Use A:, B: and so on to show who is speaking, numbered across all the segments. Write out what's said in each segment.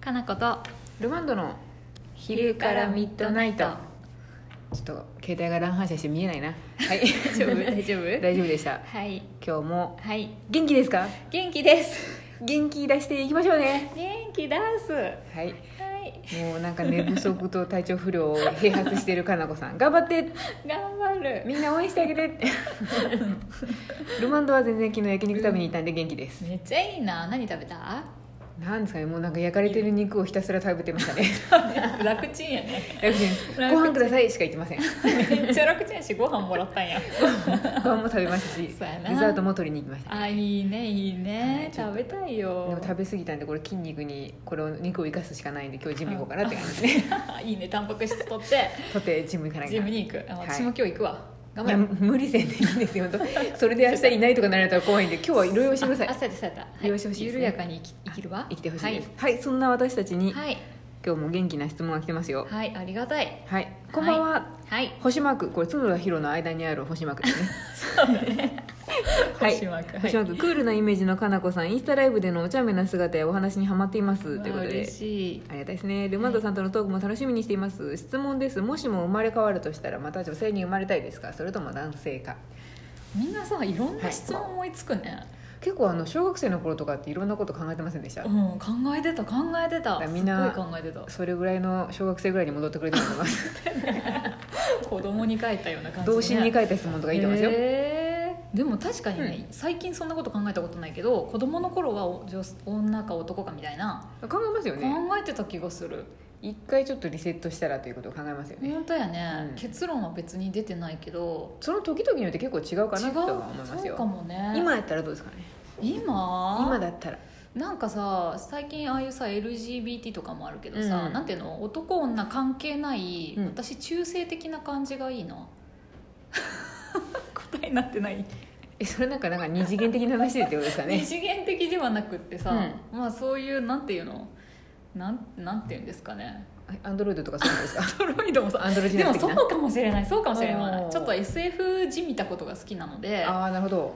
A: かなこと
B: ルマンドの
A: 昼からミッドナイト
B: ちょっと携帯が乱反射して見えないなはい
A: 大丈夫 大丈夫
B: 大丈夫でした
A: はい
B: 今日も
A: はい
B: 元気ですか
A: 元気です
B: 元気出していきましょうね
A: 元気出すは
B: はい
A: い
B: もうなんか寝不足と体調不良を併発してるかなこさん頑張って
A: 頑張る
B: みんな応援してあげ てルマンドは全然昨日焼肉食べに行ったんで元気です、
A: めっちゃいいな何食べた
B: なんですかねもうなんか焼かれてる肉をひたすら食べてました ね
A: 楽ちんやね
B: 楽ちんご飯くださいしか言ってません
A: めっちゃ楽ちんやしご飯もらったんや
B: ご飯も食べましたしデ
A: そうやな
B: ザートも取りに行きまし た
A: あいいねいいね
B: ちょ
A: 食べたいよ
B: でも食べ過ぎたんでこれ筋肉にこれを肉を生かすしかないんで今日ジム行こうかなって感じ ですね
A: いいねタンパク質取って
B: とてジム行かないか
A: ジ
B: な
A: ム
B: い
A: に行くあ
B: はい
A: 私も今日行くわ頑張
B: や
A: る
B: 無理せんでいいんですよ本当それで明日いないとかなられたら怖いんで今日はいろいろしてください
A: あそうやったそうやったはい
B: 用意してほしいですね
A: 緩やかに生き生きるわ
B: 生きてほしいですはい、そんな私たちに
A: はい
B: 今日も元気な質問が来てますよ
A: はいありがたい
B: はい、こんばんは、
A: はい
B: 星マークこれ角田博の間にある星マークですね はい
A: 星マークはい
B: 星マーククールなイメージのかなこさんインスタライブでのお茶目な姿やお話にハマっていますということ
A: わあ
B: で
A: 嬉しい
B: ありがたいですねルマンドさんとのトークも楽しみにしています、質問ですもしも生まれ変わるとしたらまた女性に生まれたいですかそれとも男性か
A: みんなさいろんな質問思いつくね、
B: 結構あの小学生の頃とかっていろんなこと考えてませんでした、
A: うん考えてた考えてた
B: だからみんな
A: すっごい考えてた
B: それぐらいの小学生ぐらいに戻ってくれてると思います
A: 子供に書いたような感じ、ね、
B: 童心に書いた質問とかいいと思いますよ、
A: へーでも確かにね、最近そんなこと考えたことないけど子供の頃はお女女か男かみたいな、
B: 考えますよ
A: 考
B: ね
A: えてた気がする
B: 一回ちょっとリセットしたらということを考えますよね、
A: 本当やね、
B: うん
A: 結論は別に出てないけど
B: その時々によって結構違うか
A: 違
B: な
A: う
B: とは思います
A: そう
B: よ
A: かもね
B: 今やったらどうですかね
A: 今
B: 今だったら
A: なんかさ最近ああいうさ LGBT とかもあるけどさ、
B: うん
A: なんていうの男女関係ない、
B: うん
A: 私中性的な感じがいいな 答えになってない、
B: えそれなんかなんか二次元的な話でってことですか
A: 二
B: ね
A: 次元的ではなくってさ、まあそういうなんていうのなんなんていうんですかね
B: アンドロイドとかそういうことですか
A: トロイドもさ
B: アンドロイド
A: で
B: 的な
A: もそうかもしれないそうかもしれな
B: おー
A: いちょっと SF じみたことが好きなので
B: ああなるほど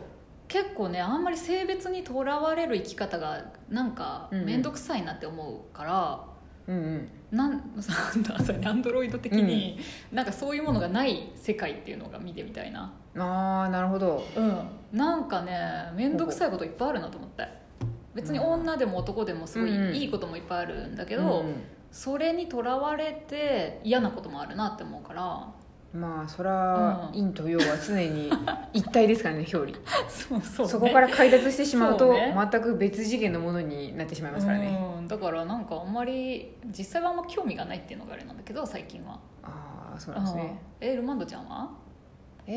A: 結構ねあんまり性別にとらわれる生き方がなんか
B: うんうん
A: 面倒くさいなって思うから、
B: うんうん
A: なん なんだそれアンドロイド的に、なんかそういうものがない世界っていうのが見てみたいな
B: ああなるほど
A: うんなんかね面倒くさいこといっぱいあるなと思って別に女でも男でもすご
B: うんうん
A: いいいこともいっぱいあるんだけど、
B: うん
A: それにとらわれて嫌なこともあるなって思うから
B: うんまあそら、
A: うん
B: 陰と陽は常に一体で すからね表裏
A: そうそ
B: そこから解脱してしまうと
A: そうね
B: 全く別次元のものになってしまいますからね
A: うんだからなんかあんまり実際はあんま興味がないっていうのがあれなんだけど最近は
B: ああそうなんですね
A: うんえルマンドちゃんは
B: え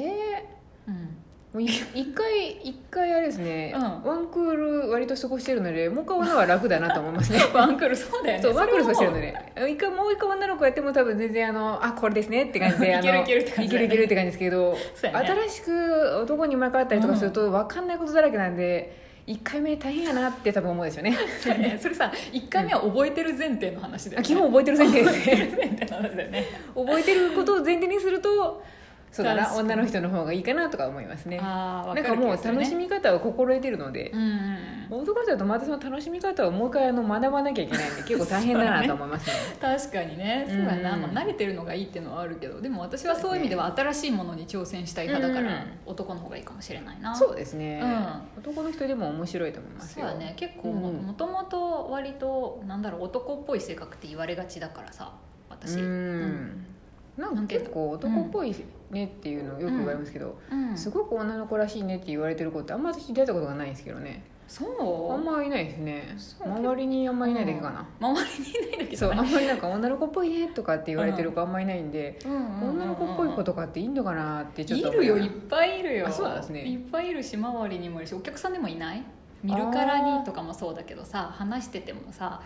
B: ー
A: うん
B: もうい一回一回あれですね、
A: うん
B: ワンクール割と過ごしてるのでもう一回女は楽だなと思いますね
A: ワンクールそうだよね
B: そうワンクール過ごしてる
A: ね
B: ので一回もう一回女の子やっても多分全然あのあこれですねって感じで あの
A: いけるいけるって感じだよ
B: いける
A: ね
B: いけるって感じですけど、
A: そうやね
B: 新しく男に生まれ変わったりとかすると分かんないことだらけなんで一回目大変やなって多分思うんです よね
A: そうねそれさ1回目は覚えてる前提の話だよ
B: あ
A: ね
B: 基本覚えてる前提です
A: 覚えて
B: ね
A: る前提の話だよね
B: 覚えてることを前提にするとそうだ
A: 確
B: な
A: かに
B: 女の人の方がいいかなとか思いますね
A: ああ
B: なんかもう楽し
A: み
B: み方を心得てるので、
A: うんうん
B: 男の人だとまたその楽しみ方をもう一回あの学ばなきゃいけないん で結構大変だなと思いますね
A: 確かにねそうやな、
B: うんうん
A: まあ、慣れてるのがいいっていうのはあるけどでも私はそういう意味では新しいものに挑戦したい派だから、
B: うんうん
A: 男の方がいいかもしれないな
B: そうですね、
A: う
B: 男の人でも面白いと思います
A: そう
B: よ
A: やね結構
B: うんうん
A: もともと割となんだろう男っぽい性格って言われがちだからさ
B: う
A: 私
B: ん、
A: うん
B: なんか結構男っぽいねっていうのよく言われますけど、
A: うん
B: すごく女の子らしいねって言われてる子ってあんま私出会ったことがないんですけどね
A: そう
B: あんまいないですね
A: そう
B: 周りにあんまりいないだけかな、
A: 周りにいないんだけ
B: そう
A: ど
B: あ
A: ね
B: んまりなんか女の子っぽいねとかって言われてる子あんまいないんで、
A: うんうんうんうん
B: 女の子っぽい子とかっていいのかなってちょっ
A: い
B: と思
A: るよいっ
B: な
A: ぱいいるよ
B: あそうなんですね
A: いっぱいいるし周りにもいるしお客さんでもいない見るからにとかもそうだけどさ話しててもさ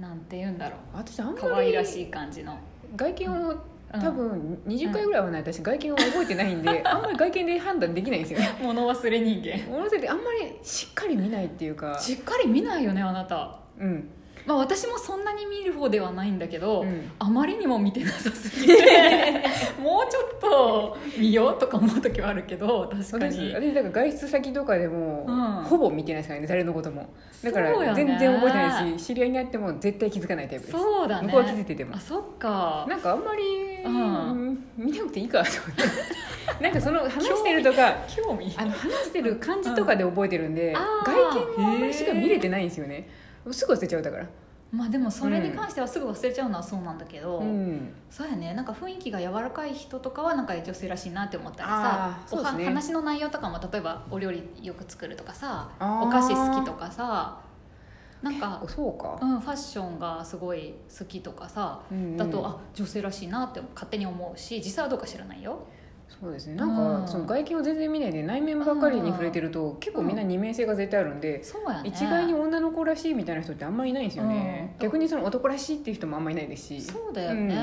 A: なんて言うんだろ
B: 私あん
A: う可
B: ま
A: 愛
B: り
A: らしい感じの、
B: 外見を
A: うん
B: 多分20回ぐらいはね私外見を覚えてないんであんまり外見で判断できないんですよね
A: 物忘れ人間
B: 物忘れてあんまりしっかり見ないっていうか
A: しっかり見ないよねあなた
B: うん
A: まあ、私もそんなに見る方ではないんだけど、
B: うん
A: あまりにも見てなさすぎ てもうちょっと見ようとか思う時はあるけど確か
B: 私
A: に
B: 私だから外出先とかでも、
A: うん
B: ほぼ見てないですからね誰のこともだから
A: そうよね
B: 全然覚えてないし知り合いに会っても絶対気づかないタイプです
A: そうだね
B: 向こうは気づいてても
A: あそっか
B: なんかあんまり、
A: うん
B: 見なくていいかと思っ てなんかその話してるとか
A: 興味
B: あの話してる感じとかで覚えてるんで、
A: んあー
B: 外見はあんまりしか見れてないんですよねすぐ忘れちゃうだから
A: まあでもそれに関してはすぐ忘れちゃうのはそうなんだけど、
B: うん
A: そうやねなんか雰囲気が柔らかい人とかはなんか女性らしいなって思ったらさ
B: あー
A: お
B: そうです
A: は
B: ね
A: 話の内容とかも例えばお料理よく作るとかさ
B: あー
A: お菓子好きとかさなんか、
B: そうか
A: う、ん、ファッションがすごい好きとかさ
B: うんうん
A: だと、あ女性らしいなって勝手に思うし実際はどうか知らないよ
B: そうですねなん
A: うん
B: かその外見を全然見ないで内面ばかりに触れてると結構みんな二面性が絶対あるんで、
A: そうやね
B: 一概に女の子らしいみたいな人ってあんまりいないんですよね、
A: うん
B: 逆にその男らしいっていう人もあんまりいないですし
A: そうだよね、
B: うん
A: だ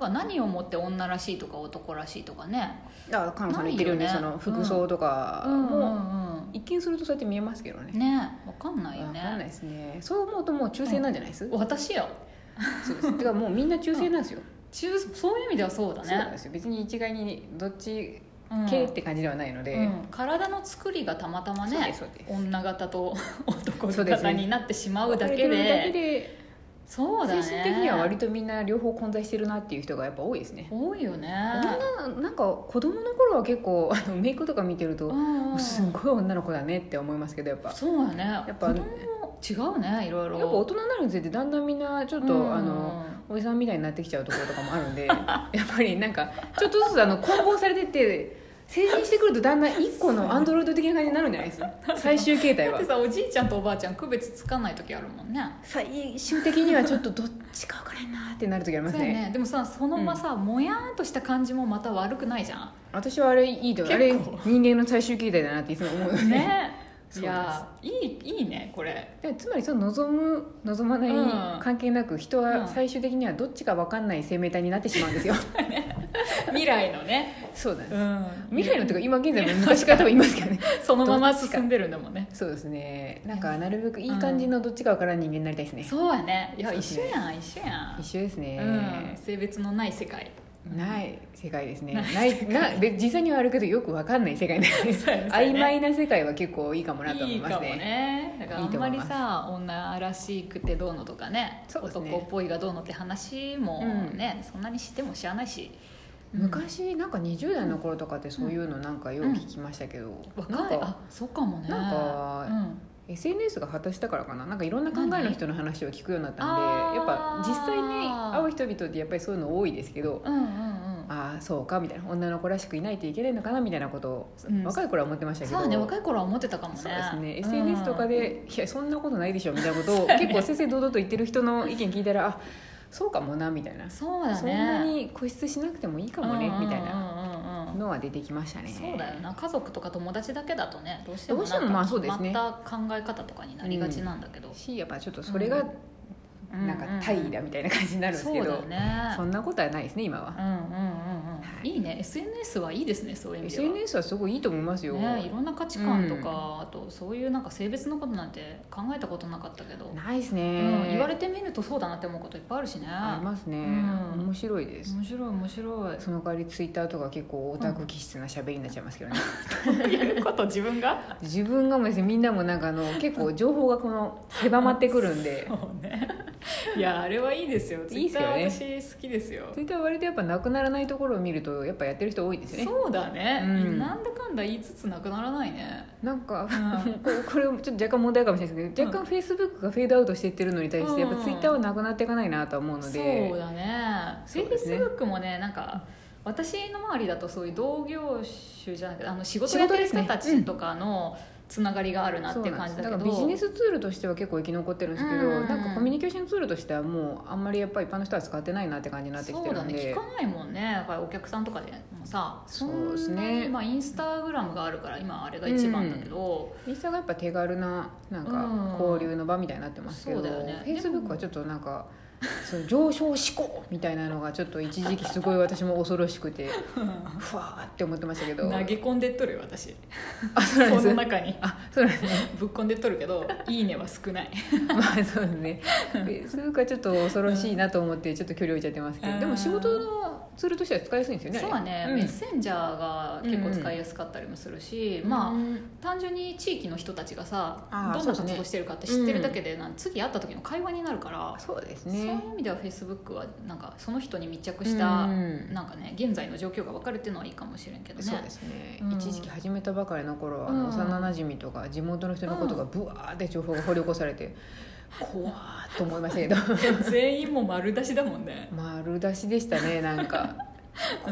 A: から何をもって女らしいとか男らしいとかね
B: だからカノさんの言ってるように
A: ないよ
B: そ
A: ね
B: の服装とか
A: うんう
B: も
A: んうん
B: 一見するとそうやって見えますけどね
A: ねわかんないよ
B: 分かん
A: ね
B: ないですねそう思うともう中性なんじゃないです、
A: 私よ
B: そうですてかもうみんな中性なんですよ、
A: 中そういう意味ではそうだ
B: そうなん
A: ね
B: ですよ別に一概にどっち
A: うん
B: 系って感じではないので、
A: うん体の作りがたまたま
B: そうです
A: ね
B: そうです
A: 女型 と男
B: そうです
A: 型
B: ね
A: になってしまうだけ
B: 分かれてるだ
A: で
B: けで
A: そうだね
B: 精神的には割とみんな両方混在してるなっていう人がやっぱ多いですね
A: 多いよね
B: 女のなんか子供の頃は結構あのメイクとか見てると
A: うんうん
B: すごい女の子だねって思いますけどやっぱや
A: そうやねや
B: っぱ
A: 子供も違うねいろいろ
B: っぱ大人になるにつれてだんだんみんなちょっと、あのおじさんみたいになってきちゃうところとかもあるんで やっぱりなんかちょっとずつあの混合されてって成人してくるとだんだん1個のアンドロイド的な感じになるんじゃないです最終形態
A: だっ
B: は
A: てさおじいちゃんとおばあちゃん区別つかない時あるもんね
B: 最終的にはちょっとどっちか分からんなってなる時ありま
A: そ
B: す
A: うや
B: ね
A: ねでもさそのままさ、もやーんとした感じもまた悪くないじゃ
B: 私はあれいいとあれ
A: 結構
B: 人間の最終形態だなっていつも思うの で
A: んねい
B: そうなん
A: やいいいいねこれ
B: でつまりその望む望まない、
A: うん
B: 関係なく人
A: うん
B: は最終的にはどっちか分かんない生命体になってしまうんですよ
A: 未来のね、
B: そうなんです
A: ん
B: 未来のというか今現在も昔から多分いますけどね
A: そのまま進んでるんだもんね
B: そうですねなんかなるべくいい感じのどっちか分からん人間になりたいですね、
A: そうやねいや
B: そう
A: 一
B: です
A: 緒
B: ね
A: やん一緒やん
B: 一緒ですね、
A: うん、性別のない世界
B: ない世界ですね
A: な
B: ないなで実際にはあるけどよく分かんない世界 です
A: そうやね
B: 曖昧な世界は結構いいかもなと思
A: い
B: い
A: い
B: ま
A: か
B: す
A: も
B: ね
A: ねだからあ
B: いい
A: ん
B: と
A: ま
B: 思
A: り
B: います
A: さ女らしくてどうのとかね
B: そうですね
A: 男っぽいがどうのって話もね、そんなにしても知らないし
B: 昔なんか20代の頃とかってそういうのなんかよく聞きましたけど、なん
A: 若い
B: か
A: あそうかもね
B: なんか
A: うん、
B: SNS が発達したからかななんかいろんな考えの人の話を聞くようになったん
A: 何
B: でやっぱ実際に
A: あー
B: 会う人々ってやっぱりそういうの多いですけど
A: うんうん
B: ああそうかみたいな女の子らしくいないといけないのかなみたいなことを
A: うんうん
B: 若い頃は思ってましたけ
A: そ
B: ど、
A: うだね若い頃は思ってたかもね
B: そうですね
A: うん
B: SNS とかで「いやそんなことないでしょ」みたいなことを結構先生堂々と言ってる人の意見聞いたら「あそうかもな」みたいな、
A: そうだね
B: そんなに固執しなくてもいいかもね、みたいな
A: な
B: のは出てきましたね
A: そうだよな家族とか友達だけだとねどうしても
B: どうしても
A: なんか
B: まあそうですね
A: 決まった考え方とかになりがちなんだけど、
B: しやっぱちょっとそれがなんか大義だみたいな感じになるんですけど、
A: そうだよね
B: そんなことはないですね今は
A: う、んうんうんうんいいね SNS はいいですねそういう意味では
B: SNS はすごいいいと思いますよ、
A: ね、いろんな価値観とか、あとそういうなんか性別のことなんて考えたことなかったけど、
B: ないですね、
A: うん、言われてみるとそうだなって思うこといっぱいあるしね
B: ありますね、
A: うん
B: 面白いです
A: 面白い面白い
B: その代わりツイッターとか結構オタク気質な喋りになっちゃいますけどね、
A: そういうこと自分が
B: 自分がもですねみんなもなんかあの結構情報がこの狭まってくるんで
A: そうねいやあれはいいですよ
B: いいっすよね
A: Twitter 私好きですよ
B: ツイッターは割とやっぱなくならないところを見るとやっぱやってる人多いですよね
A: そうだね、
B: うん
A: なんだかんだ言いつつなくならないね
B: なんか、
A: うん
B: これこれちょっと若干問題かもしれないですけど若干フェイスブックがフェードアウトしていってるのに対してやっ
A: う
B: ぱ
A: ん
B: ツイッターはなくなっていかないなとは思うので
A: そうだねフ
B: そう
A: ェイ
B: です
A: ス
B: ね
A: ブックもねなんか私の周りだとそういう同業種じゃなくてあの仕事
B: 仕
A: やっ
B: 事
A: てる
B: ですね
A: 人たちとかのつながりがあるなっていう感じだけ
B: そうなんですだか
A: ど、
B: らビジネスツールとしては結構生き残ってるんですけど、
A: うんうんうん
B: なんかコミュニケーションツールとしてはもうあんまりやっぱり一般の人は使ってないなって感じになってきて
A: そう
B: る
A: だ
B: ん
A: ね聞
B: で
A: かないもんねやっぱりお客さんとかでもさそ
B: そうです
A: んなに
B: ね
A: まあインスタグラムがあるから今あれが一番だけど、
B: インスタがやっぱ手軽なな
A: う
B: ん
A: ん
B: か交流の場みたいになってますけど、
A: そうだよね
B: フェイスブックはちょっとなんかそう上昇志向みたいなのがちょっと一時期すごい私も恐ろしく てふわーって思ってましたけ
A: 投
B: ど
A: げ込んでっとるよ私
B: あ
A: そ
B: そうなんです
A: の中に
B: あそうなんですね
A: ぶっこんでっとるけど「いいね」は少ない
B: まあそうですねそうかちょっと恐ろしいなと思ってちょっと距離置いちゃってますけ
A: う
B: ど
A: ん
B: でも仕事のツールとしては使いやすいんですよねあ
A: そ
B: れ
A: うはね、
B: ん
A: メッセンジャーが結構使いやすかったりもするし、まあ、
B: うん
A: 単純に地域の人たちがさ
B: あー
A: どんな
B: そうです
A: 活
B: ね
A: 動してるかって知ってるだけで、なん次会った時の会話になるから、
B: そうです
A: そう
B: ね
A: いう意味ではフェイスブックはなんかその人に密着した、
B: うん
A: なんかね現在の状況が分かるっていうのはいいかもしれんけどね
B: そうですね、
A: うん
B: 一時期始めたばかりの頃は、あ
A: うん
B: の幼なじみとか地元の人のことがぶわーって情報が掘り起こさ れて、怖ーっと思いましたけど
A: 全員もう丸出しだもんね
B: 丸出しでしたねなんか
A: うん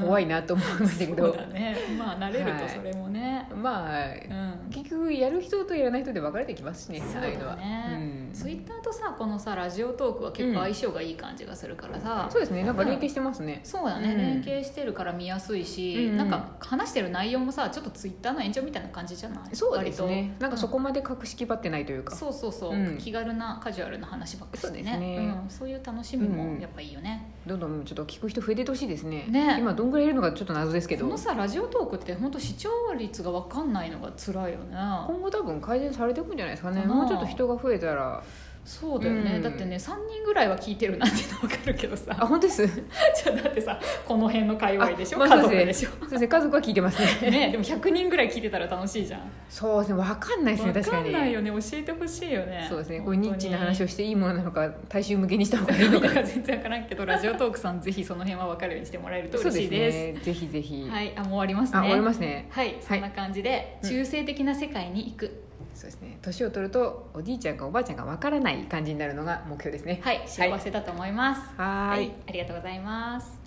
B: 怖いなと思いましたけ
A: そ
B: ど
A: う、だねまあ慣れると
B: はい
A: それもね、
B: まあ
A: うん
B: 結局やる人とやらない人で分かれてきますしね
A: そう
B: ああ
A: だ
B: いうのは、
A: ね、
B: うん
A: ツイッターとさこのさラジオトークは結構相性がいい感じがするからさ、
B: そうですねなんか連携してますね、
A: そうだね、
B: うん
A: 連携してるから見やすいし、
B: うん
A: なんか話してる内容もさちょっとツイッターの延長みたいな感じじゃない
B: そうです
A: 割
B: ね
A: と
B: なんかそこまで格式ばってないという
A: うん
B: か、
A: そうそうそう、
B: うん
A: 気軽なカジュアルな話ばっかりしてね
B: そうですね
A: うん、そういう楽しみもやっぱいいよね、
B: どんどんちょっと聞く人増えてってほしいですね
A: ね
B: 今どんぐらいいるのかちょっと謎ですけ
A: この
B: ど
A: さラジオトークって本当視聴率が分かんないのが辛いよね
B: 今後多分改善されていくんじゃないですかね
A: かな
B: もうちょっと人が増えたら
A: そうだよね、
B: うん
A: だってね3人ぐらいは聞いてるなんての分かるけど
B: あ
A: さ
B: 本当です そう
A: じゃあだってさこの辺の界隈でしょ、
B: あまあ
A: 家族でしょ
B: ですね家族は聞いてますね
A: ねでも100人ぐらい聞いてたら楽しいじゃん
B: そうですね分かんないですね
A: 分
B: 確
A: か
B: かに
A: んないよね教えてほしいよね
B: そうですねこういうニッチな話
A: を
B: をしていいものなのか大衆向けにした 方がいいのか
A: 全然分からんけどラジオトークさんぜひその辺は分かるようにしてもらえると
B: そう
A: 嬉
B: で
A: し
B: す
A: いです
B: ねぜひぜひ、
A: はいあもう終わりますね
B: あ終わりますすね
A: はいそんな感じで、
B: うん
A: 中性的な世界に行く
B: そうですね年を取るとおじいちゃんかおばあちゃんか分からない感じになるのが目標ですね
A: はい幸せだと思います、
B: はーい
A: ありがとうございます